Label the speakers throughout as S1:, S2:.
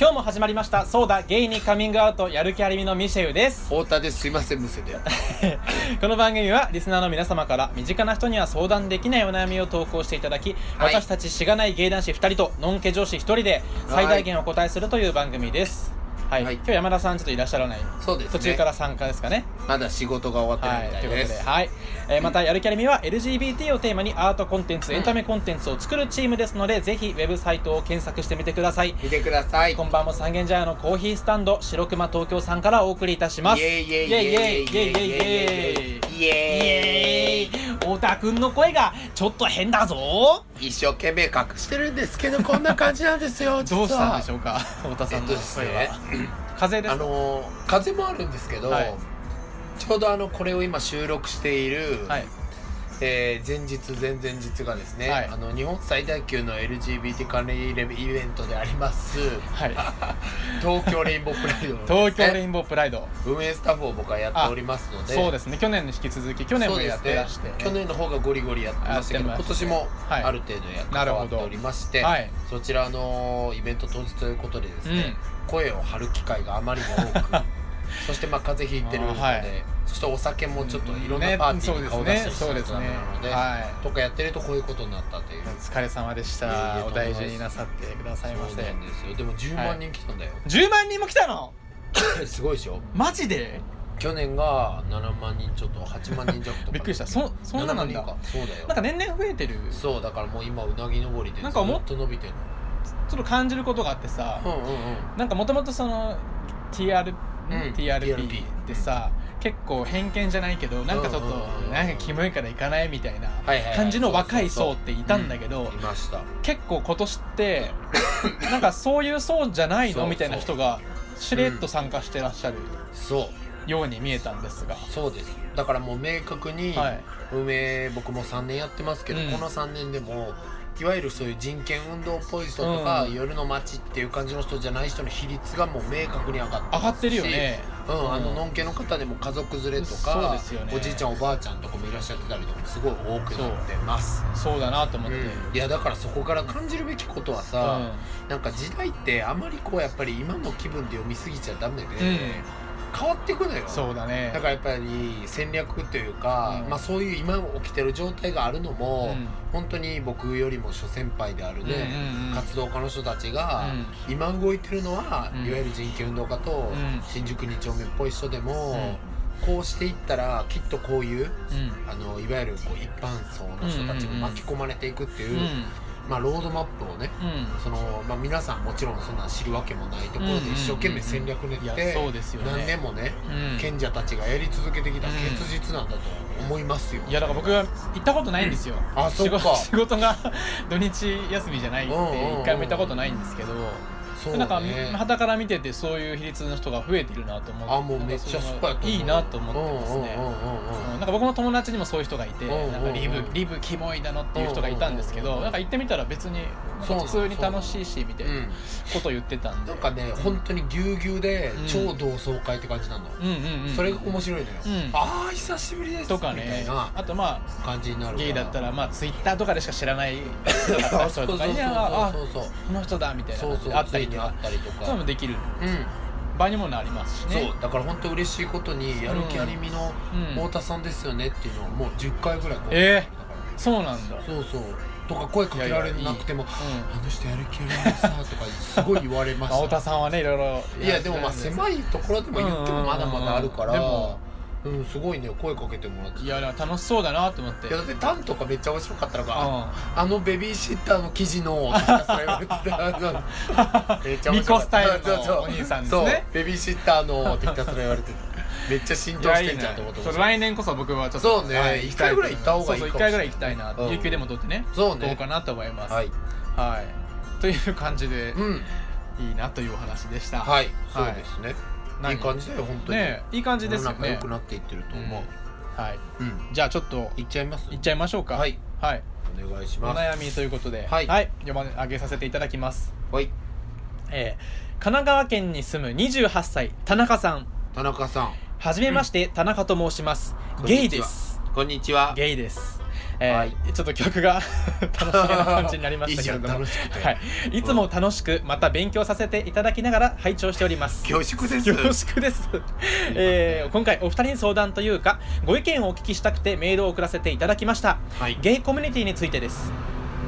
S1: 今日も始まりましたそうだゲイにカミングアウトやる気ありみのミシェウです
S2: 太田ですすいませんむせて
S1: この番組はリスナーの皆様から身近な人には相談できないお悩みを投稿していただき、
S2: はい
S1: 私たちしがない芸男子2人とノンケ女子1人で最大限お答えするという番組ですはい、
S2: はい
S1: 今日山田さんちょっといらっしゃらない
S2: そうですね
S1: 途中から参加ですかね
S2: まだ仕事が終わって
S1: は
S2: ないみ
S1: い、
S2: た
S1: とい
S2: いうで
S1: こと
S2: す、
S1: で、はいえーまた、やる気ありみは LGBT をテーマにアートコンテンツ、エンタメコンテンツを作るチームですので、ぜひウェブサイトを検索してみてください。
S2: 見てください
S1: こんばんも三軒茶屋のコーヒースタンド、白熊東京さんからお送りいたします。
S2: イエイイエイ
S1: イエイイエイイエイイエイ
S2: イエイイエイ
S1: イエイ太田君の声がちょっと変だぞ
S2: 一生懸命隠してるんですけどこんな感じなんです よ
S1: どうしたんでし
S2: ょう
S1: ょうか太田さ
S2: えっ
S1: んの
S2: とです
S1: 声
S2: ね
S1: は、風邪で
S2: あ
S1: すか
S2: のー風もあるんですけど、
S1: はい
S2: ちょうどあのこれを今収録している、
S1: はい
S2: えー前日前々日がですね、
S1: はい
S2: あの日本最大級の LGBT 関連イベントであります
S1: はい
S2: 東京レインボープライドのですね、
S1: 東京レインボープライド
S2: 運営スタッフを僕はやっておりますので
S1: そうですね去年に引き続き去年もやってらし
S2: そ
S1: て、
S2: うですね去年の方がゴリゴリやってましたけど、
S1: やって
S2: 今
S1: ま
S2: 年
S1: したね
S2: も
S1: はい
S2: ある程度や
S1: なるほど
S2: っておりまして、
S1: はい
S2: そちらのイベント当日ということでですね、声を張る機会があまりに多く そしてまあ風邪ひいてるので、
S1: あーはい
S2: そしてお酒もちょっといろんな
S1: ね
S2: パーティーに顔出したりし
S1: そう
S2: な
S1: で
S2: きゃ
S1: す
S2: ダ
S1: ね
S2: メな
S1: そう
S2: の
S1: で
S2: です
S1: ねはい
S2: とかやってるとこういうことになったという。
S1: お疲れ様でし
S2: いえいえ
S1: た
S2: と
S1: お
S2: んでもない
S1: 大
S2: です
S1: 事になさってくださいま
S2: そ
S1: し
S2: うな
S1: て
S2: んですよでも10
S1: は
S2: 万
S1: い
S2: 人来たんだよ、
S1: 10万人も来たの
S2: すごいでしょ
S1: マジで
S2: 去年が7万人ちょっと8万人弱とか
S1: びっくりしたそそんななん
S2: 7
S1: だ
S2: 万人かそうだよ
S1: なんか年々増えてるちょ
S2: そうだからもう今うなぎ登りでず
S1: な
S2: っ
S1: んか思っ
S2: と伸びてる
S1: っと感じることがあってさ、
S2: のうんうんうん
S1: なんかもともとその TR、
S2: うん
S1: TRP ってさ結構偏見じゃないけどなんかちょっと
S2: うんうんうんうん
S1: なんかキモいから行かないみたいな
S2: はいはいはい
S1: 感じの若
S2: そう
S1: い層
S2: そう
S1: っ
S2: そう
S1: ていたんだけど
S2: いました
S1: 結構今年って なんかそういう層じゃない
S2: そうそ
S1: の
S2: う
S1: みたいな人がしれっと参加してらっしゃる
S2: そう
S1: ように見えたんですが、
S2: そうですだからもう明確に
S1: はい
S2: 運営僕も3年やってますけど、
S1: うん
S2: この3年でもいわゆるそういう人権運動っぽい人とか、
S1: うん
S2: 夜の街っていう感じの人じゃない人の比率がもう明確に上がって
S1: 上が
S2: ま
S1: っ
S2: す
S1: てるよ
S2: し
S1: ね
S2: うん、あ
S1: う
S2: の
S1: ん
S2: のんけの方でも家族連れと
S1: そう
S2: か、
S1: ですよね
S2: おじいちゃんおばあちゃんとかもいらっしゃってたりとかすごい多くなってます、
S1: そうだなと思って、
S2: うんいやだからそこから感じるべきことはさ、
S1: うん
S2: なんか時代ってあまりこうやっぱり今の気分で読みすぎちゃダメで、
S1: ん
S2: 変わっていくのよ
S1: そうだね
S2: だからやっぱり戦略というか、
S1: うん
S2: まあ、そういう今起きてる状態があるのも、
S1: うん
S2: 本当に僕よりも諸先輩であるね、
S1: うんうんうん
S2: 活動家の人たちが、今動いてるのは、
S1: うん
S2: いわゆる人権運動家と、
S1: うん
S2: 新宿2丁目っぽい人でも、こうしていったらきっとこういう
S1: うんうん
S2: あのいわゆるこう一般層の人たちも巻き込まれていくっていう、
S1: うん
S2: まあ、ロードマップをね
S1: うん
S2: その、まあ、皆さんもちろんそんなん知るわけもないところ
S1: うんうんうん
S2: で一生懸命戦略練っ
S1: いや
S2: て
S1: そうですよね
S2: 何年もね
S1: うん
S2: 賢者たちがやり続けてきた結実なんだと思いますよ。
S1: いやだから僕は行ったことないんですよ、
S2: あそっか
S1: 仕事仕 事が土日休みじゃないって
S2: うんうんうん
S1: 一回も行ったことないんですけど、
S2: そう
S1: なんか
S2: ね
S1: 肌から見ててそういう比率の人が増えてるなと思って
S2: あもうめっちゃ
S1: なん
S2: 酸っ
S1: か
S2: ぱいと
S1: それが
S2: 思う
S1: いいなと思ってますね、
S2: うんうんう
S1: うん
S2: んうん
S1: なんか僕も友達にもそういう人がいて、
S2: うんうんうん
S1: なんかリブリブキモいだのっていう人がいたんですけ
S2: う
S1: ど、
S2: んうんうん
S1: なんか行ってみたら別に
S2: そうな
S1: 普
S2: の
S1: 通に楽しいしみたいな
S2: うん
S1: こと言ってたんで、
S2: なんかね本当にぎゅうぎゅうで
S1: うん
S2: 超同窓会って感じなの、
S1: うんうんうん
S2: それが面白いのよ、
S1: うん
S2: ああ久しぶりです
S1: とか
S2: みた
S1: ね
S2: いな
S1: あとまあ
S2: 感じになるから
S1: ゲイだったらまあツイッターとかでしか知らない
S2: あ そ
S1: 人
S2: うそ
S1: と
S2: うそ
S1: か
S2: う
S1: にはあ
S2: そうそう
S1: この人だみたいな
S2: そうそう
S1: あった
S2: つい
S1: りと
S2: にあ
S1: か
S2: ったりと
S1: そういうの
S2: か
S1: もできる
S2: うん
S1: 場にもなりますしね
S2: そうだから本当嬉しいことにやる気ありみの
S1: うん
S2: 太田さんですよねっていうのをもう10回ぐらいこう
S1: えそうなんだ
S2: そうそうとか声かけられなくても
S1: やいやいい
S2: あの人やる気ありみさとかすごい言われま
S1: まあ
S2: し
S1: 太
S2: た
S1: 田 さんはねいろいろ
S2: いやでもまあ
S1: い
S2: 狭いところでも言ってもまだまだあるから
S1: うんうんうん
S2: うんすごいね声かけてもらって
S1: い
S2: い
S1: やでも楽しそうだなと思って
S2: やだってタンとかめっちゃ面白かったのが
S1: う
S2: あのベビーシッターの記事のとかそれ言われてた めっちゃ面白かった
S1: ミコスタイルのお兄さんですね
S2: そうそうベビーシッターのってひたすら言われてためっちゃ浸
S1: んい
S2: 透
S1: や
S2: し
S1: い
S2: て
S1: い
S2: ん
S1: ね
S2: じゃんと思って
S1: ちょ
S2: ま
S1: っ
S2: し
S1: と
S2: た
S1: 来年こそ僕はちょっと
S2: そうね
S1: はい
S2: 一回ぐらい行った方がいいか
S1: そう
S2: も
S1: そう1回ぐらい行きたいな
S2: うん
S1: 有給でも取ってね
S2: そうね
S1: どうかなと思います
S2: はい
S1: はいという感じで
S2: うん
S1: いいなというお話でした
S2: はいそ
S1: はいう
S2: ですね
S1: 何
S2: いい感じだよ本当に
S1: ねえいい感じですよ
S2: 世の中良
S1: ね
S2: くなっていってると思う
S1: はい
S2: うん
S1: じゃあちょっと
S2: 行っちゃいます
S1: いっちゃいましょうか
S2: はい
S1: はい
S2: お願いし
S1: お
S2: ます
S1: 悩みということで、
S2: はい
S1: 読ま上げさせていただきます、
S2: はい
S1: えー神奈川県に住む28歳田中さん
S2: 田中さん
S1: はじめまして、田中と申します
S2: こんにちは
S1: ゲイです
S2: こんにちは
S1: ゲイですえー
S2: はい
S1: ちょっと曲が 楽しげな感じになりましたけれど も
S2: いいじゃん楽しくて
S1: はい、いつも楽しくまた勉強させていただきながら拝聴しております
S2: 恐縮です
S1: 恐縮です、えー今回お二人に相談というかご意見をお聞きしたくてメールを送らせていただきました
S2: はい
S1: ゲイコミュニティについてです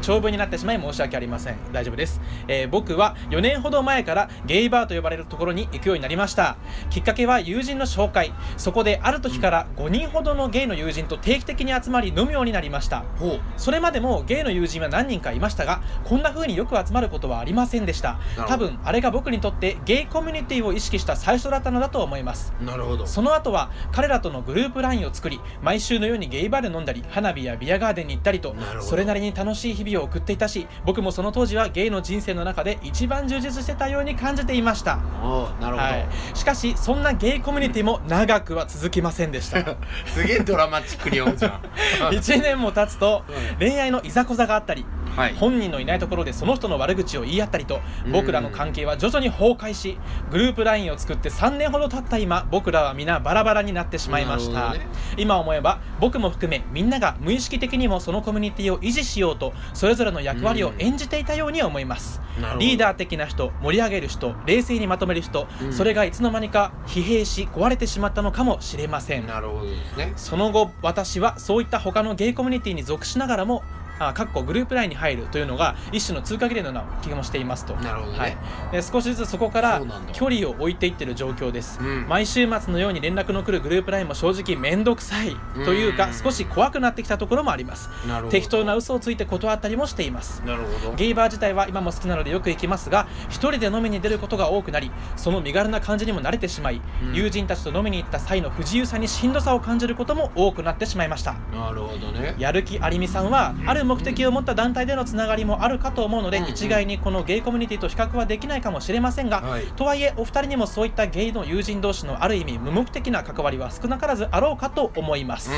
S1: 長文になってしまい申し訳ありません大丈夫です、えー僕は4年ほど前からゲイバーと呼ばれるところに行くようになりましたきっかけは友人の紹介そこである時から5人ほどのゲイの友人と定期的に集まり飲むようになりました
S2: ほう
S1: それまでもゲイの友人は何人かいましたがこんな風によく集まることはありませんでした
S2: なる
S1: 多
S2: ほど
S1: 分あれが僕にとってゲイコミュニティを意識した最初だったのだと思います
S2: なるほど
S1: その後は彼らとのグループラインを作り毎週のようにゲイバーで飲んだり花火やビアガーデンに行ったりと
S2: なるほど
S1: それなりに楽しい日々を送っていたし僕もその当時はゲイの人生の中で一番充実してたように感じていました、
S2: おうなるほど、
S1: はい、しかしそんなゲイコミュニティも長くは続きませんでした
S2: すげえドラマチックに読むじゃん
S1: 1年も経つと恋愛のいざこざがあったり
S2: はい
S1: 本人のいないところでその人の悪口を言い合ったりと僕らの関係は徐々に崩壊しグループラインを作って3年ほど経った今僕らは皆バラバラになってしまいま
S2: な
S1: し
S2: る
S1: た、
S2: ほどね
S1: 今思えば僕も含めみんなが無意識的にもそのコミュニティを維持しようとそれぞれの役割を演じていたように思います、
S2: なるほど
S1: リーダー的な人盛り上げる人冷静にまとめる人、
S2: うん
S1: それがいつの間にか疲弊し壊れてしまったのかもしれません
S2: なるほどですね
S1: その後私はそういった他のゲイコミュニティに属しながらもあかっこグループラインに入るというのが一種の通過儀礼のような気もしていますと
S2: なるほどね、
S1: はい、で少しずつそこから
S2: そうなんだ
S1: 距離を置いていってる状況です
S2: うん
S1: 毎週末のように連絡の来るグループラインも正直面倒くさいという
S2: う
S1: か
S2: ん
S1: 少し怖くなってきたところもあります
S2: なるほど
S1: 適当な嘘をついて断ったりもしています
S2: なるほど
S1: ゲイバー自体は今も好きなのでよく行きますが一人で飲みに出ることが多くなりその身軽な感じにも慣れてしまい、
S2: うん
S1: 友人たちと飲みに行った際の不自由さにしんどさを感じることも多くなってしまいました
S2: なるほどね
S1: やる気ありみさんはある目的を持った団体でのつながりもあるかと思うので、
S2: うんうん
S1: 一概にこのゲイコミュニティと比較はできないかもしれませんが、
S2: はい
S1: とはいえお二人にもそういったゲイの友人同士のある意味無目的な関わりは少なからずあろうかと思います、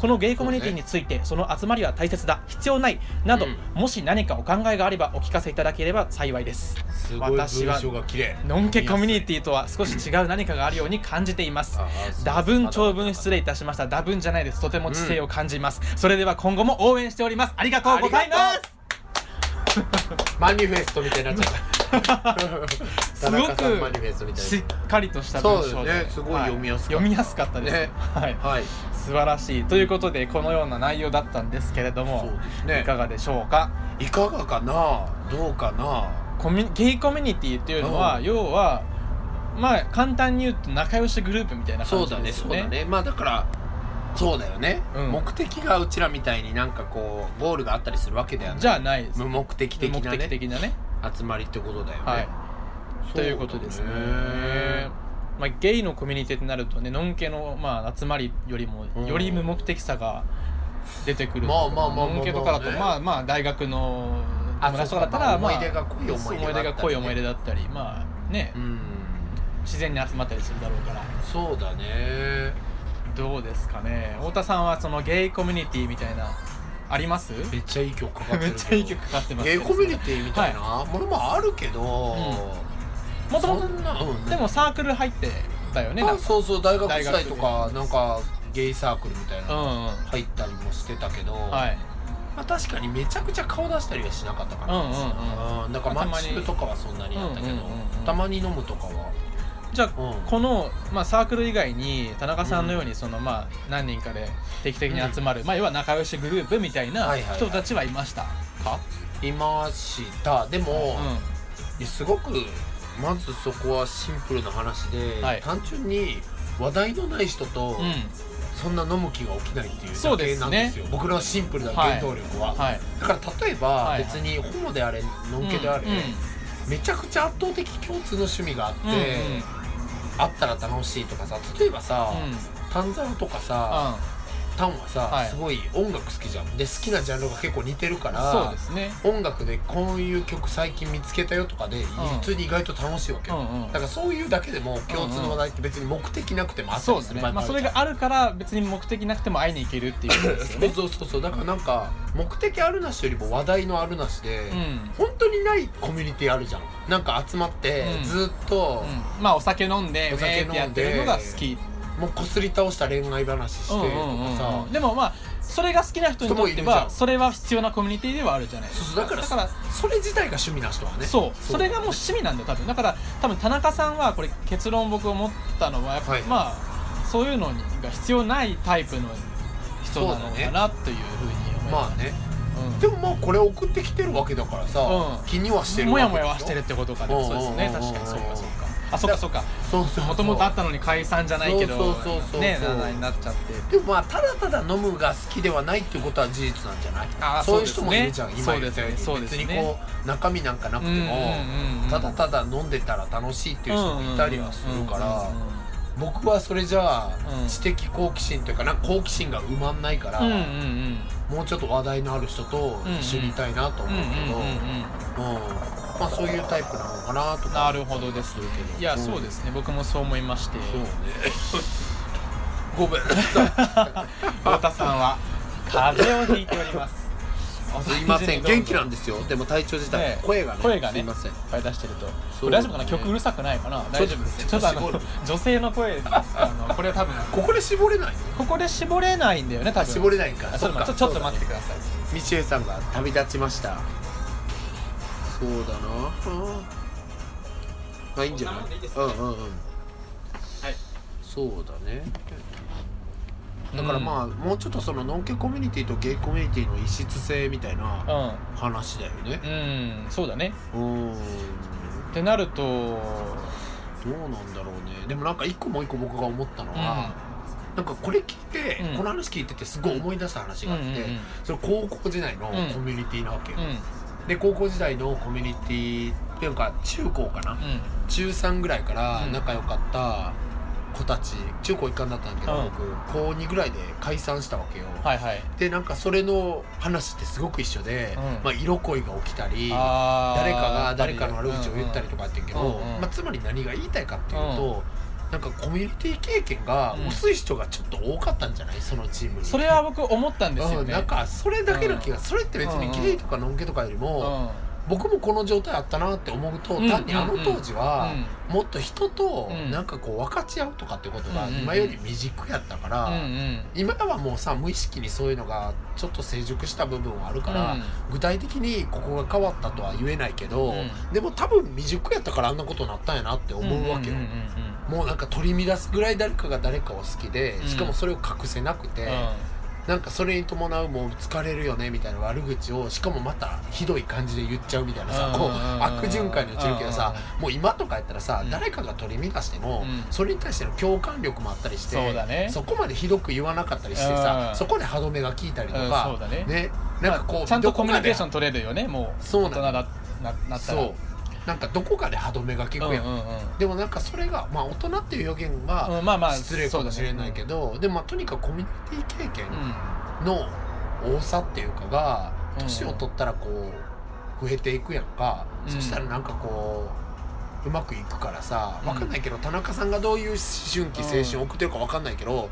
S1: このゲイコミュニティについてその集まりは大切だ必要ないなど、
S2: うん
S1: もし何かお考えがあればお聞かせいただければ幸いです
S2: うん、すごい文章が綺麗
S1: ノンケコミュニ
S2: ィ
S1: ティとは少し違う何かがあるように感じています打文長文失礼いたしました打文じゃないですとても知性を感じます、それでは今後も応援しておりますありがとうございま
S2: ありがとマニフェストみたいになっちゃった。
S1: すごく
S2: 田中さんマニフェストみた
S1: す
S2: い
S1: しっかりとした文
S2: そう
S1: 章
S2: だよねすごい読みやすかった
S1: は読みやすかったです、
S2: ね
S1: はい
S2: な。はい。
S1: 素晴らしいということでこのような内容だったんですけれど
S2: そ
S1: も
S2: うです
S1: いか
S2: ね。
S1: がでしょうか
S2: いかがかな、どうかな。
S1: コミュゲイコミュニティっていうのは、
S2: う
S1: 要はまあ簡単に言うと仲良しグループみたいな
S2: そ
S1: 感
S2: う
S1: じ
S2: だ
S1: で
S2: ね、
S1: す
S2: そ
S1: よ
S2: う
S1: ね
S2: だね。まあだから、そうだよね。
S1: うん
S2: 目的がうちらみたいになんかこうゴールがあったりするわけではない。
S1: じゃあないです
S2: 無目的的
S1: 目
S2: な
S1: 的
S2: ね
S1: 的なね
S2: 集まりってことだよね。
S1: はい
S2: そう
S1: と
S2: だね
S1: いうことですねまあ、ゲイのコミュニティってなるとねのんけの、まあ、集まりよりも
S2: うん
S1: より無目的さが出てくる
S2: まあまあまあまあまあ
S1: のんけとかだと
S2: ね
S1: まあまあ大学の
S2: あ
S1: 友達とかだったら
S2: そうかまあ思い出が濃い思い出があったりね
S1: そう思い出が濃い思い出だったりまあね、
S2: うん。
S1: 自然に集まったりするだろうから
S2: そうだね。
S1: どうですかね太田さんはそのゲイコミュニティみたいなあります
S2: めっちゃいい曲かかって
S1: め
S2: る
S1: っ
S2: けど。
S1: ちゃいい曲かかってます
S2: ゲ
S1: け
S2: イ
S1: ど
S2: コミュニティみたいなものもあるけど、
S1: もとも
S2: そんな、うん
S1: とでもサークル入ってたよねな
S2: あ
S1: んか
S2: そうそう大学時代と
S1: 大
S2: か
S1: 学
S2: なんかゲイサークルみたいな
S1: うん
S2: の
S1: うん
S2: 入ったりもしてたけど、
S1: はい
S2: まあ、確かにめちゃくちゃ顔出したりはしなかったか
S1: うん
S2: な、
S1: うんうん
S2: うんなんかマッチングとかはそんなにやったけど、
S1: うんうんうんうん
S2: たまに飲むとかは
S1: じゃあ
S2: うん
S1: この、まあ、サークル以外に田中さんのようにその、まあ、何人かで定期的に集まる、まあ、要は仲良しグループみたいな
S2: はいはいはい
S1: 人たちはいましたか、
S2: いましたでも、すごくまずそこはシンプルな話で、
S1: はい
S2: 単純に話題のない人と
S1: うん、うん
S2: そんな飲む気が起きないっていう
S1: そう
S2: だ
S1: で
S2: けな
S1: すね
S2: んですよ僕らはシンプルな原動力は、
S1: はい
S2: だから例えば
S1: はい
S2: 別にホモであれノンケであれ、
S1: うんうん
S2: めちゃくちゃ圧倒的共通の趣味があって、
S1: うん
S2: あったら楽しいとかさ例えばさ、
S1: うんうん
S2: タンザロとかさ、タンはさ、
S1: はい
S2: すごい音楽好きじゃんで好きなジャンルが結構似てるか
S1: そう
S2: ら
S1: ですね
S2: 音楽でこういう曲最近見つけたよとかで、普通に意外と楽しいわけ
S1: う
S2: よ、
S1: んうん
S2: だからそういうだけでも共通の話題って別に目的なくてもあった
S1: そう
S2: り
S1: ですす
S2: る
S1: ね、
S2: 場合も
S1: まあ、
S2: ある
S1: そ
S2: じゃ
S1: れ
S2: ん
S1: があるから別に目的なくても会いに行けるっていう ことです
S2: そ
S1: よ
S2: う
S1: ね
S2: そうそうそうだからなんか目的あるなしよりも話題のあるなしで、
S1: うん
S2: 本当にないコミュニティあるじゃんなんか集まって
S1: うん
S2: ずっと、
S1: うんまあお酒飲んで
S2: お酒
S1: ウェーってやってるのが好き
S2: もうこすり倒した恋愛話してとかさ、
S1: うんうんうんうんでもまあそれが好きな人にとっ
S2: 人もい
S1: て
S2: るじゃ
S1: は
S2: ん
S1: それは必要なコミュニティではあるじゃないです
S2: そうそうだから
S1: だから
S2: それ自体が趣味な人はね
S1: そう
S2: そう
S1: それがもう趣味なんだよ多分だから多分田中さんはこれ結論僕思ったのはやっぱ、
S2: はい
S1: まあそういうのが必要ないタイプの人なのかなというふうに思い
S2: まあ
S1: す
S2: ね
S1: うん
S2: でもまあこれ送ってきてるわけだからさ、
S1: うん
S2: 気にはしてる
S1: も
S2: わ
S1: や
S2: け
S1: もやは
S2: で
S1: し
S2: ょ
S1: てるってことかでもそうですね
S2: うんうんうんうん
S1: 確かにそうかそうかあそっかそうか
S2: そうそうそう
S1: もともとあったのに解散じゃないけど
S2: そうそうそうそう
S1: ねなになっちゃって
S2: でもまあただただ飲むが好きではないっていうことは事実なんじゃない
S1: あー
S2: そういう人もいるじゃん、
S1: そ
S2: 今言
S1: うで
S2: っ
S1: す
S2: たよう
S1: ね
S2: に
S1: そうですね
S2: 別にこう中身なんかなくても、ただただ飲んでたら楽しいっていう人もいたりはするから僕はそれじゃあ、
S1: うん
S2: 知的好奇心というかなんか好奇心が埋まんないから、
S1: うんうんうん
S2: もうちょっと話題のある人と一緒にいたいなと
S1: うんうん
S2: 思うけど、
S1: うんうん
S2: うんまあそういうタイプなのかなとか
S1: なるほどですねいやそうですすね僕もそう思いまして
S2: そうねご めん
S1: 太田さんは風邪をひいております
S2: すいま せん元気なん
S1: で
S2: ですよでも体調自体、
S1: ねえ
S2: 声がね
S1: 声がね
S2: すいません
S1: いっぱい出してると
S2: そう
S1: 大丈夫かな曲うるさくないかな大丈夫ですねち
S2: ち
S1: ょ
S2: ょっ
S1: っ
S2: と
S1: とあの
S2: 絞る
S1: 女性の声あのこれは多分
S2: ここで絞れないの
S1: ここで絞れないんだよね多分
S2: 絞れないか
S1: あちょっと待ってちょっと待ってください
S2: みちえさんが旅立ちましたそうだなうんまあいいんじゃな
S1: こんなもんでい
S2: い
S1: いです
S2: う
S1: ね
S2: んうんうん
S1: はい
S2: そうだねだからまあ、もうちょっとそのノンケコミュニティとゲイコミュニティの異質性みたいな
S1: あ
S2: 話だよね
S1: うんうんそうだね
S2: うん
S1: ってなると
S2: どうなんだろうねでもなんか一個もう一個僕が思ったの
S1: うん
S2: は、なんかこれ聞いて、
S1: うん
S2: この話聞いててすごい思い出した話
S1: うん
S2: があっ
S1: う
S2: て、
S1: ん
S2: それ高校時代の
S1: うん
S2: コミュニティなわけよ、
S1: うんうん
S2: で高校時代のコミュニティっていうか中高かな
S1: うん
S2: 中3ぐらいから
S1: うん
S2: 仲良かった子たち中高一貫だったんだけど、
S1: うん
S2: 僕高2ぐらいで解散したわけよ、
S1: はいはい
S2: でなんかそれの話ってすごく一緒で、
S1: うん
S2: まあ、色恋が起きたり誰
S1: 誰
S2: かが誰かの悪口を言ったりとかやってんけど、
S1: うんうん
S2: まあ、つまり何が言いたいかっていうと、なんかコミュニティ経験が薄い人がちょっと多かったんじゃないそのチームに。
S1: それは僕思ったんですよ
S2: うん、
S1: ね
S2: なんかそれだけの気が、それって別にゲイとかのんけとかより
S1: うん
S2: も、僕もこの状態あったなって思うと、
S1: うん
S2: 単にあの当時は、
S1: うん
S2: もっと人と
S1: うん
S2: なんかこう分かち合うとかってこと
S1: う
S2: が
S1: んうんうん
S2: 今より未熟やったから、
S1: うんうん
S2: 今はもうさ無意識にそういうのがちょっと成熟した部分はあるから、具体的にここが変わったとは言えないけど、
S1: うん
S2: でも多分未熟やったからあんなことになったんやなって思うわけよ、
S1: んんうん
S2: もうなんか取り乱すぐらい誰かが誰かを好きで、
S1: うん
S2: しかもそれを隠せなくて、
S1: うん
S2: なんかそれに伴うもう疲れるよねみたいな悪口をしかもまたひどい感じで言っちゃうみたいなさ、
S1: うん
S2: こう
S1: うんうん
S2: 悪循環に落ちるけどさ、もう今とかやったらさ、
S1: うん
S2: 誰かが取り乱しても、
S1: うん
S2: それに対しての共感力もあったりして
S1: そうだね
S2: そこまでひどく言わなかったりして
S1: う
S2: さ、
S1: ん
S2: そこで歯止めが効いたりと
S1: うんうんそ
S2: か、
S1: うだね
S2: ねなんかこう、
S1: まあちゃんとコミュニケーショ
S2: ン
S1: ン取れるよねもう
S2: そう
S1: 大
S2: な
S1: 人
S2: の
S1: だななったら
S2: そうなんかどこかで歯止めが効くやん、
S1: うんうんうん
S2: でもなんかそれがまあ大人っていう表現が
S1: うんまあまあ
S2: 失礼かもしれないけ
S1: ど
S2: ど、でもまあとにかくコミュニティ経験、の多さっていうかが
S1: うん
S2: 年を取ったらこう増えていくやんか、
S1: うん
S2: そしたらなんかこううまくいくからさ
S1: うん
S2: 分かんないけど、田中さんがどういう思春期
S1: うん
S2: 青春を送ってるか分かんないけど、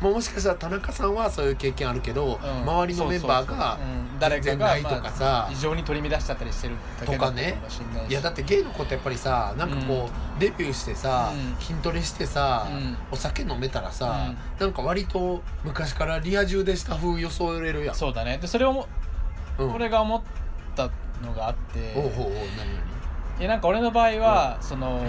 S2: まあ、もしかしたら田中さんはそういう経験あるけど、
S1: うん
S2: 周りのメンバーが
S1: そうそうそううん誰
S2: 全
S1: か
S2: 然
S1: が
S2: ないとかさ、
S1: 異常に取り乱しちゃったりしてるだけ
S2: とかね
S1: なのもしんないし
S2: いやだってゲイの子ってやっぱりさなんかこう、デビューしてさ、
S1: うん
S2: 筋トレしてさ、
S1: うん
S2: お酒飲めたらさ、なんか割と昔からリア充でした風装えれるやん。
S1: そうだねでそれをも
S2: うん
S1: 俺が思ったのがあって
S2: おうおうおう何々
S1: いやなんか俺の場合は、その、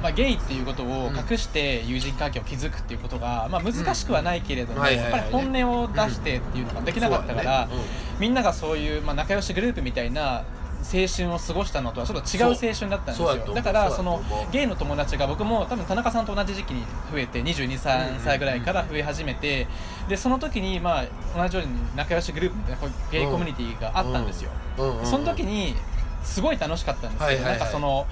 S1: まあ、ゲイっていうことを隠して友人関係を築くっていうことが、まあ、難しくはないけれども、
S2: うんはいは
S1: やっ
S2: い
S1: ぱ
S2: はい
S1: り本音を出してっていうのができなかったから、
S2: そうだね
S1: みんながそういう、まあ、仲良しグループみたいな青春を過ごしたのとはちょっと違う青春だったんです
S2: そうそうやと
S1: よ
S2: 思う
S1: だから
S2: そうや
S1: そ
S2: と思
S1: の
S2: う
S1: ゲイの友達が僕も多分田中さんと同じ時期に増えて
S2: うんうん
S1: 223歳ぐらいから増え始めてでその時にまあ同じように仲良しグループみたいなこうゲイコミュニティがあったんですよ、
S2: うんうんうんうん
S1: その時にすごい楽しかったんですけど、
S2: はいはいはい
S1: なんかその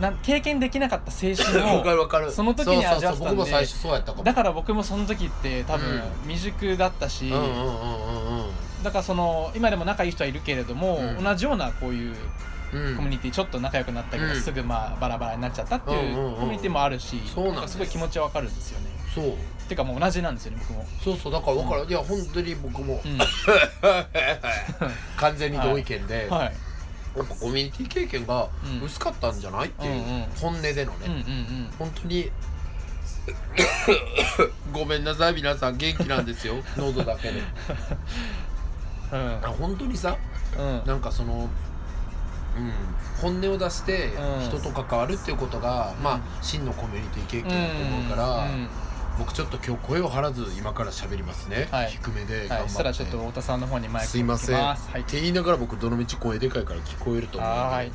S1: なん経験できなかった青
S2: わか
S1: 春
S2: るわかる
S1: その時に味わってた
S2: そうそうそう
S1: んで
S2: 僕も最初そうやったか
S1: を
S2: も
S1: だから僕もその時って多分
S2: うん
S1: 未熟だったし、
S2: うんうんうんうんうん
S1: だからその今でも仲いい人はいるけれども、
S2: うん
S1: 同じようなこういう
S2: うん
S1: コミュニティちょっと仲良くなったけど、
S2: うん
S1: すぐまあバラバラになっちゃったっていう
S2: うんうんうん
S1: コミュニティもあるし、
S2: そうなんです
S1: かすごい気持ちはわかるんですよね
S2: そう
S1: っていうかもう同じなんですよね僕も、
S2: そうそうだからわかるいや本当に僕も
S1: うん
S2: 完全に同意見 でやっ
S1: はい
S2: ぱコミュニティ経験が
S1: うん
S2: 薄かったんじゃないっていう
S1: うんうん
S2: 本音での
S1: うんうん
S2: ね本当に ごめんなさい皆さん元気なんです よ喉だけで
S1: うん
S2: あ本当にさ
S1: うん
S2: なんかそのうん本音を出して
S1: う
S2: 人
S1: ん
S2: と関わるっていうことが、まあ真のコミュニティ経験だと思うから、
S1: うん
S2: 僕ちょっと今日声を張らず今から喋りますね、
S1: はい
S2: 低めで頑張っ
S1: はい、
S2: て、
S1: そしたらちょっと太田さんの方にマイク
S2: すいません、
S1: 置きますは
S2: っ
S1: い
S2: て言いながら僕どの道声でかいから聞こえると思うので
S1: はい
S2: い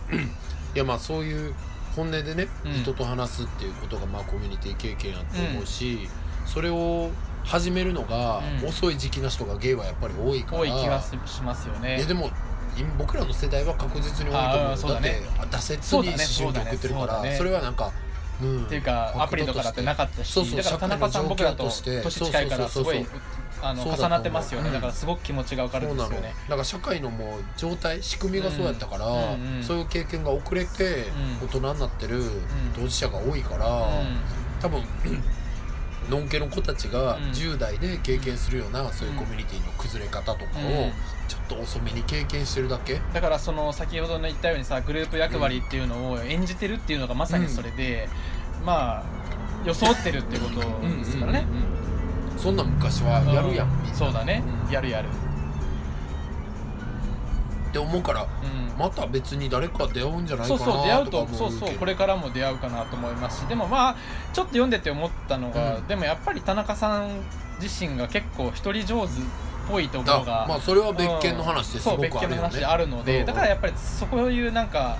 S2: やまあそういう本音でね、
S1: うん
S2: 人と話すっていうことがまあコミュニティ経験やと思うし、それを始めるのが
S1: うん
S2: 遅い時期の人がゲイはやっぱり多いから、
S1: 多い
S2: い
S1: 気がしますよね
S2: やでも今僕らの世代は確実に多いと
S1: あ
S2: 思
S1: ー
S2: う
S1: そう
S2: だ
S1: だね
S2: って
S1: そ
S2: 挫
S1: うだ
S2: 折
S1: ね
S2: に思春期送ってるから
S1: そうだ
S2: そ,、
S1: ね
S2: れはなんか、うん、
S1: っていうかアプリとかだってなかったし
S2: そうそう
S1: だから田中さん
S2: 社会の
S1: 僕
S2: 状
S1: ら
S2: 況
S1: と
S2: として
S1: 年近いからす
S2: そうそ
S1: ご
S2: うそう
S1: い
S2: そう
S1: あの
S2: そうだ
S1: 重
S2: と思う
S1: なってますよね
S2: うん
S1: だからすごく気持ちが分かる
S2: そうん
S1: で
S2: な
S1: す
S2: の
S1: よね
S2: だから社会のもう状態仕組みがそうやったから、
S1: うんうんうん
S2: そういう経験が遅れて
S1: う
S2: 大
S1: ん
S2: 人になってる当事者が多いから、多分 のんけの子たちが
S1: うん
S2: 10代で経験するようなそういうコミュニティの崩れ方とかを
S1: うん
S2: ちょっと遅めに経験してるだけ、
S1: だからその先ほどの言ったようにさグループ役割っていうのを演じてるっていうのがまさにそれで、まあ装ってるってことですからね、
S2: そんなん昔はやるやん、
S1: う
S2: みんな
S1: そうだね、
S2: うん
S1: やるやる、
S2: って思うから
S1: うん
S2: また別に誰か出会うんじゃない
S1: そ
S2: か
S1: う
S2: なと
S1: そう
S2: か
S1: 出会う
S2: 思
S1: と
S2: うけど
S1: そうそうこれからも出会うかなと思いますしでもまあちょっと読んでて思ったのが、
S2: うん
S1: でもやっぱり田中さん自身が結構一人上手っぽいところ
S2: あ
S1: が、
S2: まあそれは別件の話です
S1: そ
S2: ご
S1: う
S2: くあるよね
S1: 別件の話であるので、
S2: うん
S1: だからやっぱりそういうなんか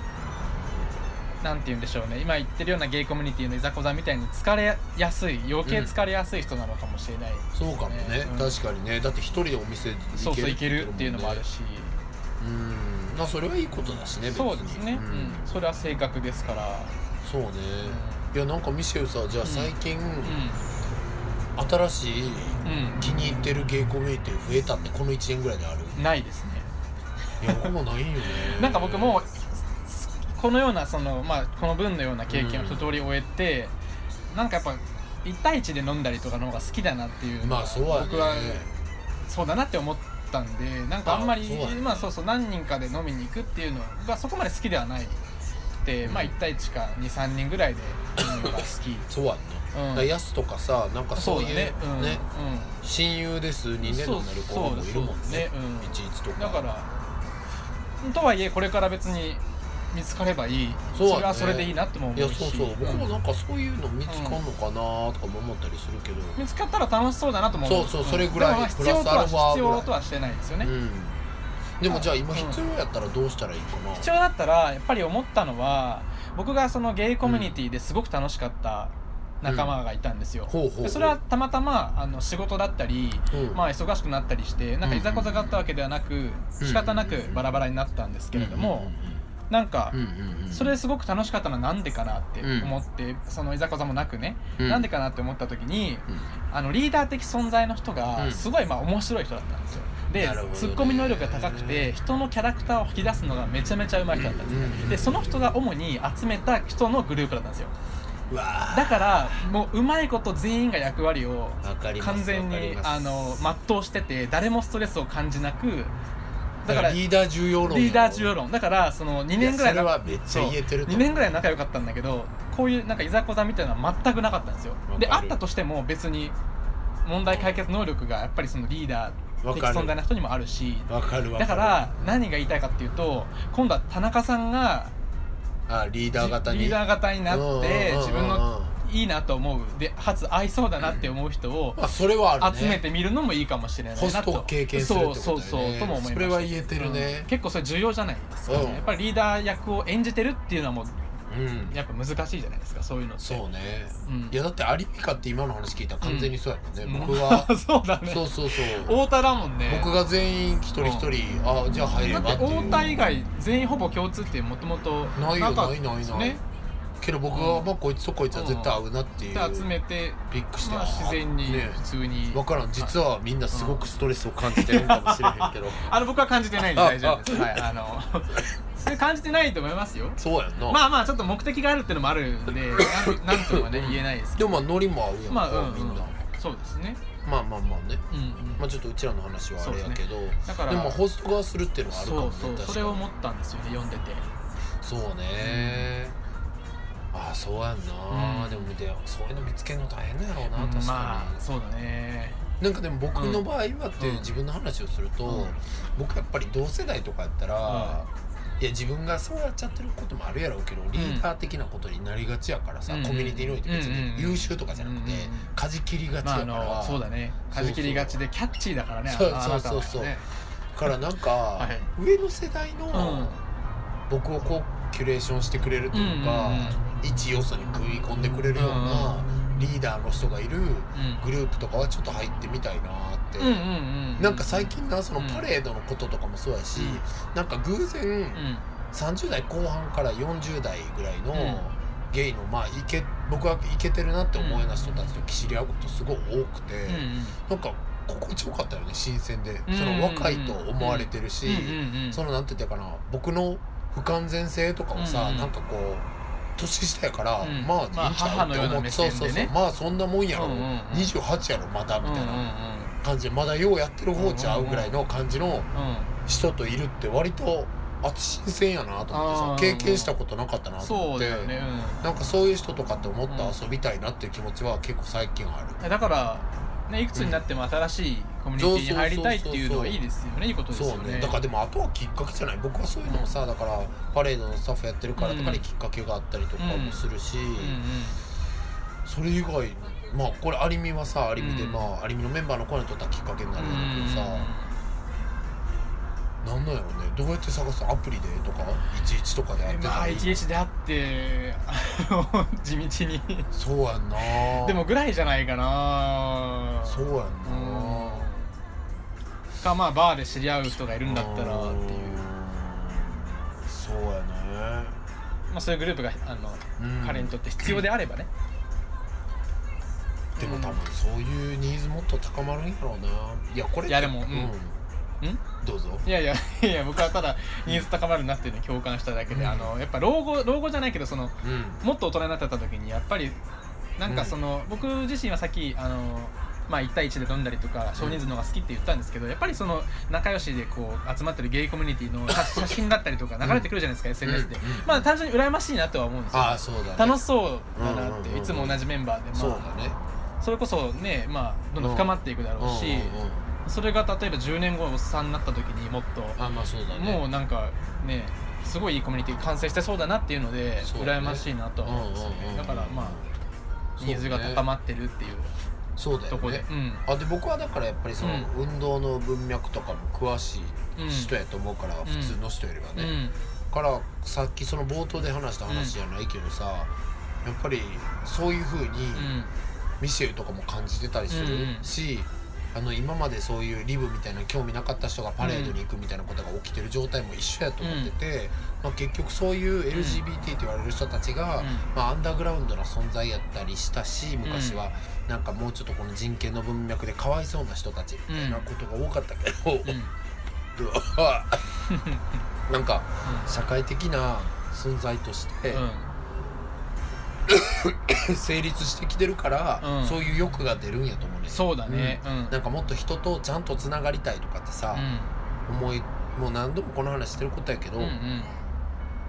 S1: なんて言うんでしょうね今言ってるようなゲイコミュニティのいざこざみたいに疲れやすい余計疲れやすい人なのかもしれない、
S2: そうかもね、
S1: うん
S2: 確かにねだって一人でお店行ける
S1: そうそういけるっていうのもある
S2: し
S1: し、
S2: うんまあそれはいいことだしね別に
S1: そうですね、
S2: う
S1: うんん、それは性格ですから、
S2: そうね
S1: う
S2: いやなんかミシェルさじゃあ最近、
S1: ん
S2: 新しい
S1: うん
S2: 気に入ってるゲイコミュニティ増えたってこの1年ぐらいである
S1: ないですね
S2: いや僕もないよね
S1: なんか僕もこのようなそのまあこの分のような経験を一通り終えて、なんかやっぱ1対1で飲んだりとかの方が好きだなっていうのが
S2: まあそうはね
S1: 僕はそうだなって思ったんでなんかあんまり
S2: あそうだね
S1: まあそうそう何人かで飲みに行くっていうのがそこまで好きではないで、
S2: うん
S1: まあ1対1か23人ぐらいで飲むのが好き
S2: そうはね、
S1: うん
S2: だからヤスとかさなんかそういうね
S1: うん
S2: 親友で数人で飲んでる子もいるもん
S1: そうそう
S2: ね
S1: ねうん
S2: いちいちと
S1: う
S2: か
S1: ん、だからとはいえこれから別に見つかればいいそ,、
S2: そうだね
S1: れはそれでいいなっても
S2: いや
S1: 思うし
S2: そうそう僕
S1: ん
S2: もなんかそういうの見つかんのかなとかも思ったりするけど、
S1: 見つかったら楽しそうだなと思う
S2: そうそうそれぐらい
S1: でもまあ必要と
S2: プ
S1: は
S2: ラスアルファ
S1: 必要とはしてないですよね、
S2: うんでもじゃあ今
S1: うん
S2: 必要やったらどうしたらいいかな、
S1: 必要だったらやっぱり思ったのは僕がそのゲイコミュニティですごく楽しかった仲間がいたんですよ、
S2: ほうほうほう
S1: でそれは、たまたまあの仕事だったり、
S2: うん
S1: まあ、忙しくなったりしてなんかいざこざがあったわけではなく仕方なくバラバラになったんですけれどもなんか
S2: うんうんうんうん、
S1: それすごく楽しかったのはなんでかなって思ってそのいざこざもなくね
S2: うん
S1: なんでかなって思った時に
S2: うん
S1: あのリーダー的存在の人
S2: う
S1: が
S2: ん
S1: すごいまあ面白い人だったんですよで
S2: なるほどね
S1: ツッコミ能力が高くて人のキャラクターを引き出すのがめちゃめちゃ上手い人だったんですね
S2: うん
S1: でその人が主に集めた人のグループだったんですよ
S2: うわ
S1: だからもううまいこと全員が役割を
S2: ーわかります
S1: 完全
S2: わかり
S1: に
S2: ます
S1: あの全うしてて誰もストレスを感じなくだから
S2: リ
S1: リ
S2: ーダー重要論やろ
S1: ーダー重要論だからその2年ぐらい
S2: いやそれ
S1: な
S2: はめっちゃ言えてると思
S1: 2
S2: う
S1: 年ぐらい仲良かったんだけどこういうなんかいざこざみたいなのは全くなかったんですよ
S2: かる
S1: であったとしても別に問題解決能力がやっぱりそのリーダー的
S2: わかる
S1: 存在の人にもあるし
S2: わかるわ
S1: だか
S2: る
S1: ら何が言いたいかっていうと今度は田中さんが
S2: あリー
S1: じ
S2: ダー型に
S1: リーダー型になって
S2: うんうんうんうん
S1: 自分のいいなと思うでかつ合いそうだなって思う人を
S2: まあそれはあるね
S1: 集めてみるのもいいかもしれないな
S2: ホス
S1: と
S2: トを経験するってことだ
S1: そ
S2: よ
S1: う
S2: ね
S1: そうそうとも思いました
S2: それは言えてるね
S1: うん結構それ重要じゃないですか、ね
S2: うん
S1: やっぱりリーダー役を演じてるっていうのはもう
S2: うん
S1: やっぱ難しいじゃないですかそういうのって
S2: そうね
S1: うん
S2: いやだってアリミカって今の話聞いたら完全にそうやもんね
S1: うん
S2: 僕は
S1: そうだね
S2: そうそうそう
S1: 太田だもんね
S2: 僕が全員一人一人あじゃあ入れ
S1: だ
S2: ば
S1: っ
S2: って
S1: て
S2: いう
S1: 太田以外全員ほぼ共通ってもともと
S2: ないよ
S1: か
S2: ないないない
S1: ね
S2: けど僕はまあこいつとこいつは絶対合うなっていう
S1: で集めて
S2: ビックして
S1: まあ自然に
S2: ね
S1: 普通に
S2: 分からん実はみんなすごくストレスを感じてるかもしれへんけど
S1: あの僕は感じてないんで大丈夫ですはいあのそれ感じてないと思いますよ
S2: そうやんな
S1: まあまあちょっと目的があるっていうのもあるんでなんなんともね言えないですけ
S2: でもまあノリも合うやん
S1: ど
S2: か、
S1: まあうん
S2: みんな
S1: うんそうですね
S2: まあまあまあね
S1: うんう
S2: まあ
S1: ん
S2: ちょっとうちらの話はあれやけどで,、
S1: だから
S2: もホストがするっていうのはあるかも
S1: そ
S2: ね確
S1: うそう
S2: かに
S1: それを思ったんですよね読んでて
S2: そうね、まあそうやんな、
S1: うん
S2: でも見てそういうの見つけるの大変だやろうな、
S1: うん
S2: 確かに、
S1: まあそうだね
S2: なんかでも僕の場合はって
S1: うん
S2: 自分の話をすると、
S1: うん
S2: 僕やっぱり同世代とかやったら、いや自分がそうやっちゃってることもあるやろうけどリーダー的なことになりがちやからさ、
S1: うん
S2: コミュニティにおいて別
S1: うんうんうん
S2: に優秀とかじゃなくて、
S1: うんうんうん
S2: かじ切りがちや
S1: ま
S2: か
S1: ああ
S2: ら、
S1: のそうだねかじ切りがちでキャッチーだからね
S2: そう
S1: ああなたはね
S2: そうそうそうからなん か、
S1: い
S2: 上の世代
S1: うんうん
S2: の僕をこうキュレーションしてくれるというか、一要素に食い込んでくれるようなリーダーの人がいるグループとかはちょっと入ってみたいなって。
S1: うんうんうんうん
S2: なんか最近なその
S1: うん
S2: パレードのこととかもそうやし、なんか偶然
S1: うん
S2: 30代後半から40代ぐらいの
S1: うん
S2: ゲイのまあいけ僕はイケてるなって思うような人たちと知り合うことすごい多くて、
S1: うんうん
S2: なんか心地よかったよね新鮮で、
S1: うん
S2: その若いと思われてるし、
S1: うんうんうん
S2: そのなんて言ったらいいかな僕の不完全性とかをさ、
S1: うんうん
S2: なんかこう年下やから、
S1: うん
S2: まあいいん
S1: まあ
S2: ちゃ
S1: 母
S2: うっ
S1: の
S2: て
S1: よう
S2: 思
S1: な
S2: って、
S1: 目
S2: そう
S1: 線
S2: そう
S1: で
S2: そう
S1: ね
S2: まあそんなもんやろ、
S1: うんうんうん
S2: 28やろまだみたいな。
S1: う
S2: 感じでまだようやってる方ちゃうぐらいの感じの
S1: んうんうんうん
S2: 人といるって割とあ新鮮やなと思って
S1: あ
S2: さ
S1: ー
S2: 経験したことなかったなと思
S1: そ
S2: っ
S1: う
S2: て
S1: だよね
S2: なんかそういう人とかって思っ
S1: うん
S2: て遊びたいなっていう気持ちは結構最近ある
S1: うんだからねいくつになっても新しいコミュニティに入りたいっていうのはいいですよねいいことです
S2: そ
S1: よ
S2: う
S1: ね
S2: ねだからでもあとはきっかけじゃない僕はそういうのもさだからパレードのスタッフやってるからとかにきっかけがあったりとかもするし
S1: う
S2: それ以外まあこれアリミはさアリミで
S1: うん
S2: まあアリミのメンバーの声にとったらきっかけになる
S1: んうん
S2: だけどさなんなんやろうねどうやって探すアプリでとか11とかでやって
S1: ま
S2: た
S1: あ
S2: り
S1: 一日であってあの地道に
S2: そうやんな
S1: でもぐらいじゃないかな
S2: そうやんな
S1: うんかまあバーで知り合う人がいるんだったらっていう
S2: そうやね
S1: まあそういうグループがあの
S2: うん
S1: 彼にとって必要であればね
S2: でも多分そういうニーズもっと高まるんやろうないやこれ
S1: いやでも
S2: う
S1: うんん、ん
S2: どうぞ
S1: いやいやいや僕はただニーズ高まるなっていうのに共感しただけで、
S2: うん
S1: あのやっぱ老後老後じゃないけどその
S2: うん
S1: もっと大人になってた時にやっぱりなんかその、僕自身はさっきあの、まあ、1対1で飲んだりとか少人数の方が好きって言ったんですけど、やっぱりその仲良しでこう集まってるゲイコミュニティの写写真だったりとか流れてくるじゃないですか、SNS で、
S2: うんうん
S1: まあ単純に羨ましいなとは思うんですよ
S2: ああそうだね
S1: 楽
S2: し
S1: しそうだなって、
S2: うんうんうんうん
S1: いつも同じメンバーで、まあ、
S2: そうだね
S1: それこそねまあどんどん深まっていくだろうし、
S2: うんうんうん
S1: それが例えば10年後おっさんになった時にもっと
S2: あまあそうだね
S1: もうなんかねすごいいいコミュニティ完成してそうだなっていうので
S2: そうだね
S1: 羨ましいなとは思うんですよね、
S2: うんうんうん
S1: だからまあニーズが高まってるっていう
S2: そうだよ
S1: とこで
S2: ね
S1: う,、
S2: あで僕はだからやっぱりその
S1: う
S2: 運動の文脈とかも詳しい人やと思うから
S1: ん
S2: 普通の人よりは
S1: ん、う
S2: ね
S1: ん
S2: からさっきその冒頭で話した話じゃないけどさ、やっぱりそういう風に
S1: うん
S2: ミシェルとかも感じてたりす
S1: うんう
S2: る
S1: ん
S2: し、あの今までそういうリブみたいな興味なかった人がパレードに行くみたいなことが起きてる状態も一緒やと思ってて、まあ、結局そういう LGBT と言われる人たちが、まあ、アンダーグラウンドな存在やったりしたし昔はなんかもうちょっとこの人権の文脈でかわいそうな人たちみたいなことが多かったけど、
S1: うんうん
S2: なんか社会的な存在として、
S1: うん
S2: 成立してきてるから、
S1: うん
S2: そういう欲が出るんやと思うね
S1: そうだねうん、
S2: なんかもっと人とちゃんとつながりたいとかってさ、思いもう何度もこの話してることやけど、
S1: うんうん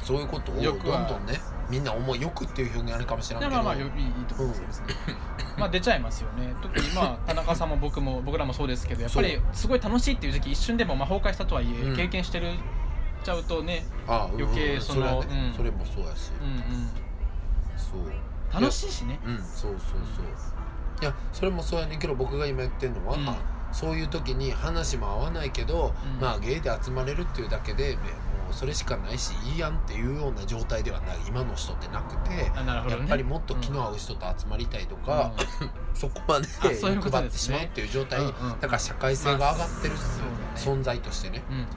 S2: そういうことをどん
S1: 欲は
S2: どんねみんな思い欲っていう表現あるかもしれ
S1: うん
S2: な
S1: で
S2: いけ
S1: ま
S2: ど
S1: あまあいいいいと思うんですよ別にまあ出ちゃいますよね特にまあ田中さんも僕も僕らもそうですけどやっぱりすごい楽しいっていう時期一瞬でもまあ崩壊したとはいえ、
S2: うん
S1: 経験してるちゃうとね
S2: ああうんうん
S1: 余計その
S2: それ,、ね
S1: うん
S2: それもそうやし、
S1: うんうん
S2: そう
S1: 楽しいしね
S2: うんそうそうそういやそれもそうやねんけど僕が今言ってるのは、
S1: うん
S2: そういう時に話も合わないけど、
S1: うん
S2: まあゲイで集まれるっていうだけでねもうそれしかないしいいやんっていうような状態ではない今の人ってなくて、
S1: あなるほど
S2: や
S1: ね
S2: っぱりもっと気の合う人と集まりたいとか、
S1: うん
S2: そこまで
S1: あそういうこと
S2: 配っ
S1: ですね
S2: てしまうっていう状態、
S1: うんうん
S2: だから社会性が上がってる、
S1: まあそうだ
S2: 存在としてね、
S1: うんうん
S2: うんっ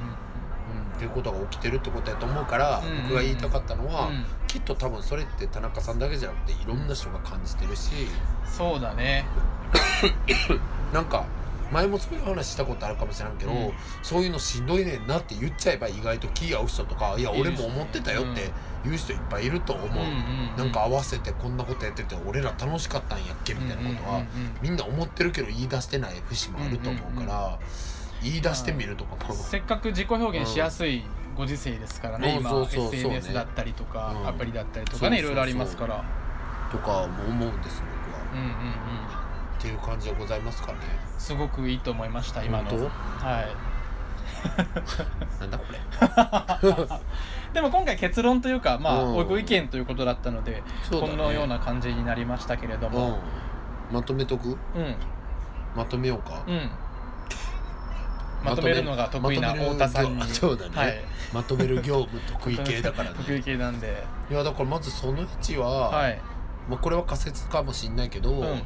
S2: ていうことが起きてるってことやと思うから、
S1: うんうん
S2: 僕が言いたかったのは、
S1: うん
S2: きっと多分それって田中さんだけじゃなくていろんな人が感じてるし、
S1: そうだね
S2: なんか前もそういう話したことあるかもしれんけど、
S1: うん
S2: そういうのしんどいねんなって言っちゃえば意外と気合う人とかいや
S1: いる
S2: 俺も思ってたよって言う人いっぱいいると思う、
S1: ん
S2: なんか合わせてこんなことやってて俺ら楽しかったんやっけみたいなことは、
S1: うんうんうん
S2: みんな思ってるけど言い出してない節もあると思うから、言い出してみるとかも、
S1: せっかく自己表現しやすいご時世ですからね、
S2: うん
S1: 今
S2: そうそうそう
S1: SNS
S2: ね
S1: だったりとか、
S2: うん
S1: アプリだったりとかねい
S2: そうそうそう
S1: ろいろありますから
S2: とかも思うんです僕は
S1: うんうんうん
S2: っていう感じでございますかね
S1: すごくいいと思いました今の
S2: 本
S1: は
S2: 当なんだこれ
S1: いでも今回結論というかまあ、
S2: うん
S1: ご意見ということだったので、
S2: そうだ
S1: こ
S2: ね
S1: のような感じになりましたけれど
S2: うん
S1: も
S2: まとめとく
S1: うんうん、
S2: まとめようか
S1: まとめるのが得意
S2: ま
S1: な
S2: とめる
S1: 太田さんに
S2: 業 そうだね
S1: はい、
S2: まとめる業務得意系だからね
S1: 得意系なんで
S2: いやだからまずその1は、
S1: はい
S2: まあ、これは仮説かもしれないけど、
S1: うんうん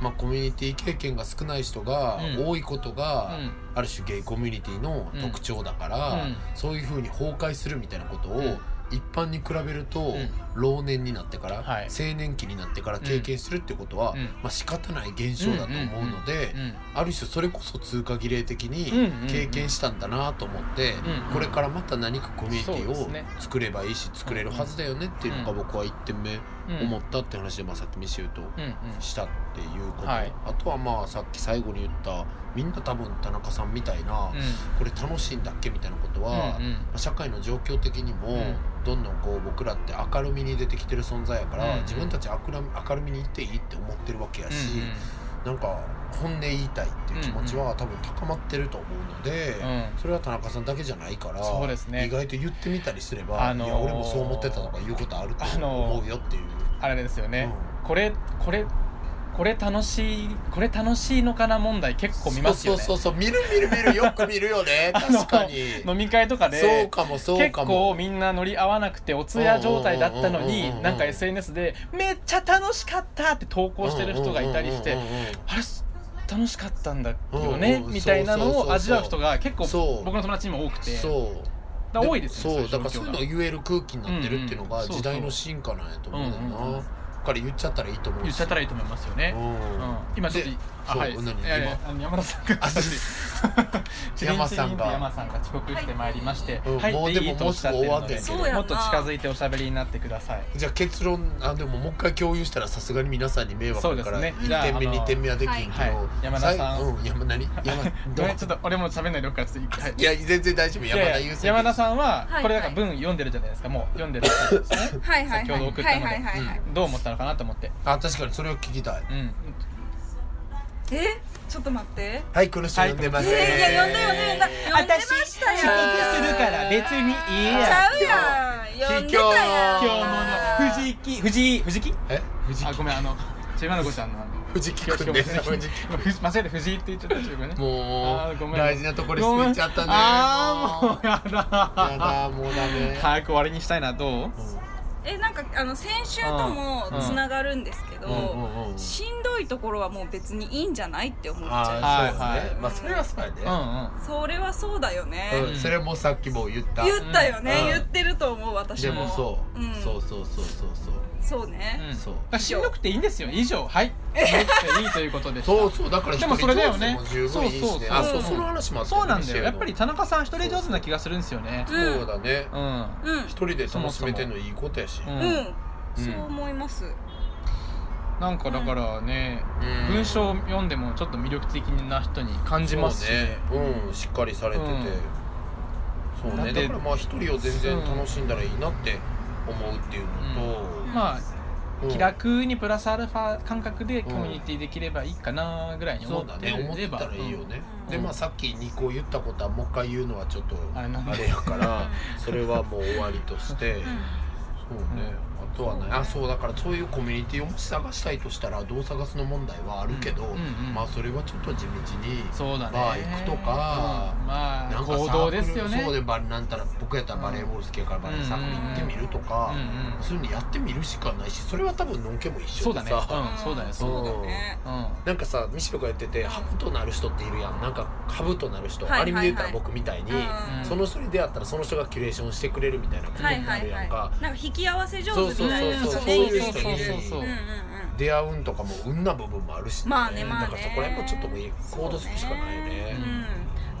S2: まあ、コミュニティ経験が少ない人が
S1: うん
S2: 多いことが、ある種ゲイコミュニティの特徴だから、
S1: うん
S2: そういうふうに崩壊するみたいなこと
S1: う
S2: を
S1: ん
S2: 一般に比べると、
S1: ん
S2: 老年になってから、
S1: はい
S2: 青年期になってから経験するってことは、
S1: うん
S2: まあ仕方ない現象だと思うので、
S1: うん
S2: ある種それこそ通過儀礼的
S1: うん
S2: に
S1: うんうん
S2: 経験したんだなと思って、
S1: うん
S2: これからまた何かコミュニティ
S1: そうですね
S2: を作ればいいし作れるはずだよねっていうのが僕は1点目
S1: うん
S2: 思ったって話で、まあ、さっきミシューと
S1: うんうん
S2: したっていうこと、
S1: はい
S2: あとはまあさっき最後に言ったみんな多分田中さんみたいな、
S1: う
S2: これ楽しいんだっけみたいなことは、
S1: んうん
S2: まあ社会の状況的にも、
S1: うん
S2: どんどんこう僕らって明るみに出てきてる存在やから、
S1: うん
S2: 自分たち明るみ明るみに行っていいって思ってるわけやし。なんか本音言いたいっていう気持ちは多分高まってると思うので、
S1: うんうんうん
S2: それは田中さんだけじゃないから
S1: そうですね
S2: 意外と言ってみたりすれば、
S1: あのー
S2: いや俺もそう思ってたとか言うことあると
S1: あのー
S2: 思うよっていう、
S1: あれですよね、
S2: う
S1: これこれこれ楽しいこれ楽しいのかな問題結構見ますよね
S2: そうそうそうそう見る見る見るよく見るよね
S1: あの
S2: 確かに
S1: 飲み会とか
S2: そう
S1: で
S2: かもそう
S1: 結
S2: か
S1: 構
S2: も
S1: みんな乗り合わなくてお通夜状態だったの
S2: うんうんうんうんう
S1: に
S2: ん
S1: なんか SNS で「めっちゃ楽しかった!」って投稿してる人がいたりして
S2: うんうんうんうんうん
S1: 「あれ楽しかったんだよ
S2: う
S1: ね
S2: ん」うん
S1: みたいなのを味わう人が結構
S2: そう
S1: 僕の友達にも多くて
S2: そう
S1: だから多いですよ
S2: そう
S1: ね
S2: だからそういうのを言える空気になってるっていうの
S1: うんう
S2: が
S1: んそうそう
S2: 時代の進化なんやと思うんだよな、
S1: うんうんうん
S2: だから言っちゃったらいいと思うし
S1: 言っちゃったらいいと思いますよね
S2: う。
S1: うんん、今ちょっとい
S2: で
S1: あ
S2: そう
S1: はい、い
S2: 何
S1: やいやあの山田さんが
S2: あそう
S1: チリンチリンって
S2: 山
S1: 山さんが遅刻してまいりまして、
S2: うん
S1: 入
S2: もう
S1: っ
S2: で
S1: てい
S2: も
S1: いとおっしゃってるので
S2: もうす
S3: ぐ終わってんけど
S1: もっと近づいておしゃべりになってください。
S2: じゃあ結論あでももう一回共有したらさすがに皆さんに迷惑だから、
S1: そうですねじゃあ
S2: 1点目
S1: あの
S2: 2点目はできんけど、
S1: はい山田さん
S2: 最後うん山何 山
S1: ご
S2: ど
S1: めんちょっと俺も喋んないでおくからちょっと一回。
S2: いや全然大丈夫
S1: いや
S2: 山田
S1: いや
S2: 優先
S1: 山田さんは
S3: はい
S1: これだから文読んでるじゃないですか、もう読んでるからですね
S3: はいはい
S1: 先
S3: は
S1: ほ
S3: い
S1: ど
S3: は
S1: 送
S3: い
S1: ったので
S3: はいはいはい
S1: どう思ったのかなと思って、
S2: あ確かにそれを聞きたい
S1: うん、
S3: えちょっと待って
S2: はいこの人呼んで
S3: え
S2: ます、
S3: ー、いや呼んだ呼んだ呼んだ呼んでましたよ
S1: 私遅刻するから別にいい
S3: ち
S1: や
S3: ゃうやん呼んでたよ
S1: 今日もの藤木藤井藤木
S2: え藤
S1: あ
S2: 木
S1: ごめんあのちょ今の子ちゃんのあの
S2: 藤木君です
S1: 藤
S2: 藤木
S1: 木間違えて藤井って言っちゃったちょっとごめんねあ
S2: も
S1: ーごめ
S2: うん大事なところで滑っちゃったね
S1: ああもうや
S2: や
S1: だ
S2: だもうダメ、
S1: 早く終わりにしたいなどう
S3: えなんかあの先週ともつながるんですけど、
S2: うんうんうんうん
S3: しんどいところはもう別にいいんじゃないって思っちゃ
S2: ああ
S1: はい
S2: そうですね、
S1: はい
S2: まあそれはそうやね
S1: うんうん
S3: うそれはそうだよ
S2: うん
S3: ね、
S1: ん
S2: それもさっきも言った
S3: 言ったよね、
S2: うん
S3: 言ってると思う私
S2: で
S3: も
S2: もそう、
S3: うん、
S2: そうそうそうそうそう
S3: そうね、
S1: うん
S2: そう
S1: だからしんどくていいんですよ以 上はいしんどくていいということでした
S2: そうそうだから
S1: でもそれだよね
S2: 一人上手も十分いいしね
S1: そうそうそう
S2: あそう
S1: うん
S2: その話もあった
S1: そうなんだ
S2: ミシェ
S1: よ
S2: ル
S1: や
S2: の
S1: っぱり田中さん一人上手な気がするんですよね
S3: うん
S2: そうだね
S1: うん
S3: うん
S2: 一人で楽しめてんのいいことやし
S1: う
S3: うんん、そう思います、
S1: なんかだからね
S2: うん
S1: 文章を読んでもちょっと魅力的な人に感じますし
S2: そうねうんしっかりされてて
S1: うん
S2: そう
S1: だっ
S2: ね
S1: て
S2: だからまあ一人を全然楽しんだらいいなって思うっていうの
S1: まあ
S2: とうん
S1: 気楽にプラスアルファ感覚でコミュニティできればいいかなぐらいに思
S2: そ
S1: っ
S2: う
S1: て
S2: だ
S1: れ
S2: ね
S1: ば
S2: 思ってたらいいよね
S3: うん
S2: でまあさっき2個言ったことはもう一回言うのはちょっと
S1: あれなんで
S2: あれやからそれはもう終わりとして
S3: うん
S2: そうね、あとはねあそうだからそういうコミュニティをもし探したいとしたらどう探すの問題はあるけど、
S1: うんうんうん
S2: まあそれはちょっと地道に
S1: そうだね
S2: バー行くとか
S1: うんま
S2: な
S1: あ
S2: んか
S1: 行動ですよね
S2: そうでバレなんたら僕やったらバレーボール好きやからバレーサークル行ってみるとか、
S1: うんうん
S2: そういうのやってみるしかないしそれは多分のんけも一
S1: そ
S2: 緒
S1: う
S2: で
S1: だ
S2: さ
S1: ねうんそうだねそう
S3: そうだね
S1: うん
S2: なんかさミシロが言っててハブとなる人っているやんなんかハブとなる人、
S3: はいはいは
S2: ア
S3: い
S2: ニメで言ったら僕みたいに、
S1: うん
S2: その人に出会ったらその人がキュレーションしてくれるみたいなことに
S3: はい
S2: な
S3: は
S2: る
S3: い
S2: や
S3: は
S2: ん
S3: い
S2: か、
S3: なんか引き合わせ上手
S2: そう
S3: みたいな
S2: そうそうそ
S3: 人
S2: う
S3: ね
S2: そういう人
S1: そうそうそう
S2: に
S1: そう
S3: うんうんうん
S2: 出会うんとかも運な部分もあるし、
S3: まあねまあね
S2: だからそこら辺もちょっともう行動するしかないよね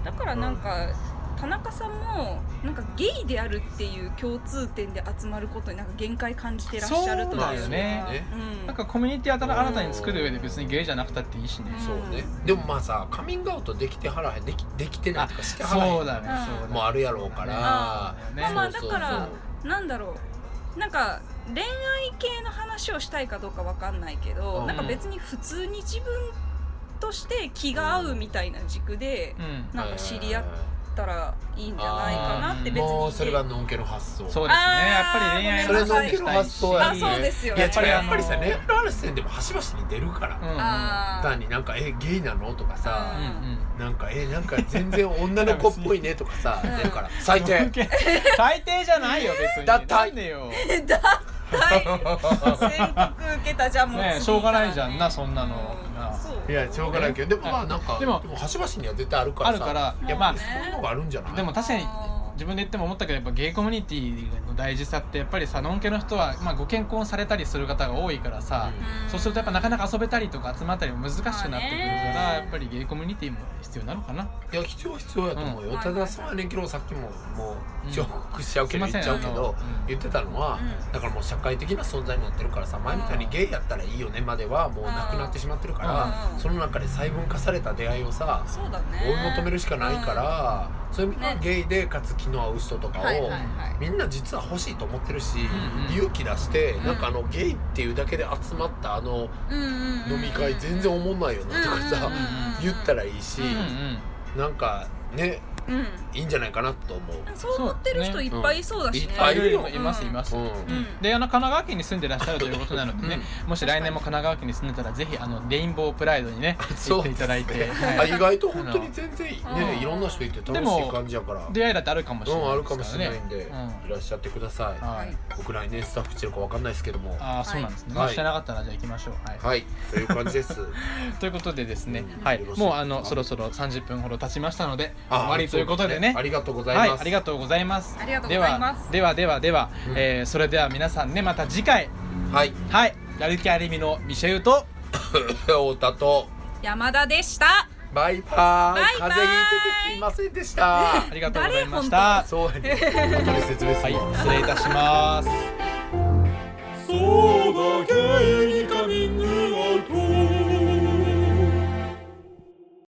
S3: うんだからなんか田中さんもなんかゲイであるっていう共通点で集まることになんか限界感じてらっしゃるというか
S1: そうだよね
S3: うん、
S1: なんかコミュニティ新新たに作る上で別にゲイじゃなくたっていいしね
S2: そうねでもまあさカミングアウトできてはらへんできできてないとかしてはらへん
S1: そうだね
S3: うん
S1: そうだね
S2: もあるやろうから
S1: そうだ
S3: まあ
S1: よ
S3: ま
S1: ね
S3: あだからなんだろうなんか恋愛系の話をしたいかどうかわかんないけど、
S2: うん
S3: なんか別に普通に自分として気が合うみたいな軸で
S1: うん
S3: なんか知り合ったらいいんじゃないかなって
S1: うん
S3: 別に
S2: もうそれがのんけの発想
S1: そううですね
S3: あー
S1: やっぱり恋愛
S2: それ
S1: の
S2: のん
S1: 話
S2: け
S1: し
S2: の
S1: たい
S2: 発
S1: し
S2: 想や
S3: あそうですよ
S2: い
S3: ね
S2: や違うやっぱり
S1: あ
S2: さ
S1: の
S2: 恋愛の話せんでも端々に出るから、
S1: うん
S3: あー
S2: 単になんか「えゲイなの?」とかさ、
S1: うんうん
S2: なんか「えなんか全然女の子っぽいね」とかさ
S3: うん
S2: 出るから最低
S1: 最低じゃないよ別に
S2: だった
S1: なんでよ
S3: だったい宣告受けたじゃんもう次から、
S1: ねしょうがないじゃんなそんなの
S3: うん
S1: な
S3: そ う
S2: いやしょうがないけどでもまあなんか
S1: で
S2: で
S1: も
S2: も端々には絶対あるから
S1: ある
S2: さ
S1: から
S3: う
S1: い
S3: ん
S1: やまあ
S3: ね
S2: そういうのがあるんじゃない
S1: でも確かに
S3: あー
S1: 自分で言っても思ったけどやっぱゲイコミュニティの大事さってやっぱりさノンケの人は、まあ、ご健康されたりする方が多いからさ、
S3: うん
S1: そうするとやっぱなかなか遊べたりとか集まったりも難しくなってくるから、
S3: まあね
S1: やっぱりゲイコミュニティも必要なのかな。
S2: いや必要必要やと思うよ、
S3: うん
S2: ただそうやねんけどさっきもも
S1: うん
S2: う重複しちゃうけど
S1: すいませ
S2: 言
S1: ん
S2: っちゃうけ
S1: あの
S2: ど
S1: うん
S2: 言ってたのは、
S3: うん
S2: だからもう社会的な存在になってるからさ前みたいにゲイやったらいいよねまではもうなくなってしまってるから、
S3: うん
S2: その中で細分化された出会いをさ
S3: そうだね
S2: 追い求めるしかないから、そういう意味では
S3: ね
S2: ゲイでかつ気の合う人とかを、
S3: はいはいはい
S2: みんな実は欲しいと思ってるし、
S1: んうん
S2: 勇気出して、
S3: ん
S2: なんかあのゲイっていうだけで集まったあの
S3: うんうんうん
S2: 飲み会全然思んないよなとかさ、
S3: うんうんうんうん
S2: 言ったらいいし、
S1: うんうん
S2: なんかね
S3: うん
S2: いいんじゃないかなと思う。
S3: そう思ってる人いっぱいいそうだしね。
S2: あいるよ
S1: いますい ます。
S2: うん
S3: ん
S1: であの神奈川県に住んでらっしゃるということなのでね、もし来年も神奈川県に住んでたらぜひあのレインボープライドにね行っていただいて、
S2: そうですね
S1: はい
S2: あ意外と本当に全然いい
S3: うん
S2: ねいろんな人いて楽し
S1: でも
S2: い感じやから
S1: 出会いだってあるかもしれ
S2: うん
S1: な
S2: あ
S1: い
S2: る
S1: で
S2: か
S1: す
S2: もし
S1: ら
S2: れないんでいらっしゃってください
S1: はい、
S2: 僕来年スタッフしてるかわかんないですけどもは
S1: ああそうなんですね、
S2: はい
S1: もししてなかったらじゃあ行きましょうはい、
S2: いという感じ です
S1: ということでですね、
S2: うん
S1: はい
S2: よろしいですか
S1: もうあのそろそろ30分ほど経ちましたので
S2: あ
S1: 終わりということでね
S2: ありがとうござい
S1: はい
S2: ます
S1: ありがとうございます
S3: ありがとうご
S1: で
S3: ざいま
S1: は
S3: す。
S1: ではではでは、
S2: うん
S1: えーそれでは皆さんねまた次回
S2: はい
S1: はいやる気ありみのミシェウと
S2: 太田と
S3: 山田でした。
S2: バイバ
S3: バイバイ
S2: イ風邪ひいててすいませんでした
S1: ありがとうございまし
S3: 誰本
S1: た
S2: そうやね後で説明す
S1: は
S2: る
S1: い
S2: わ
S1: 失礼いたします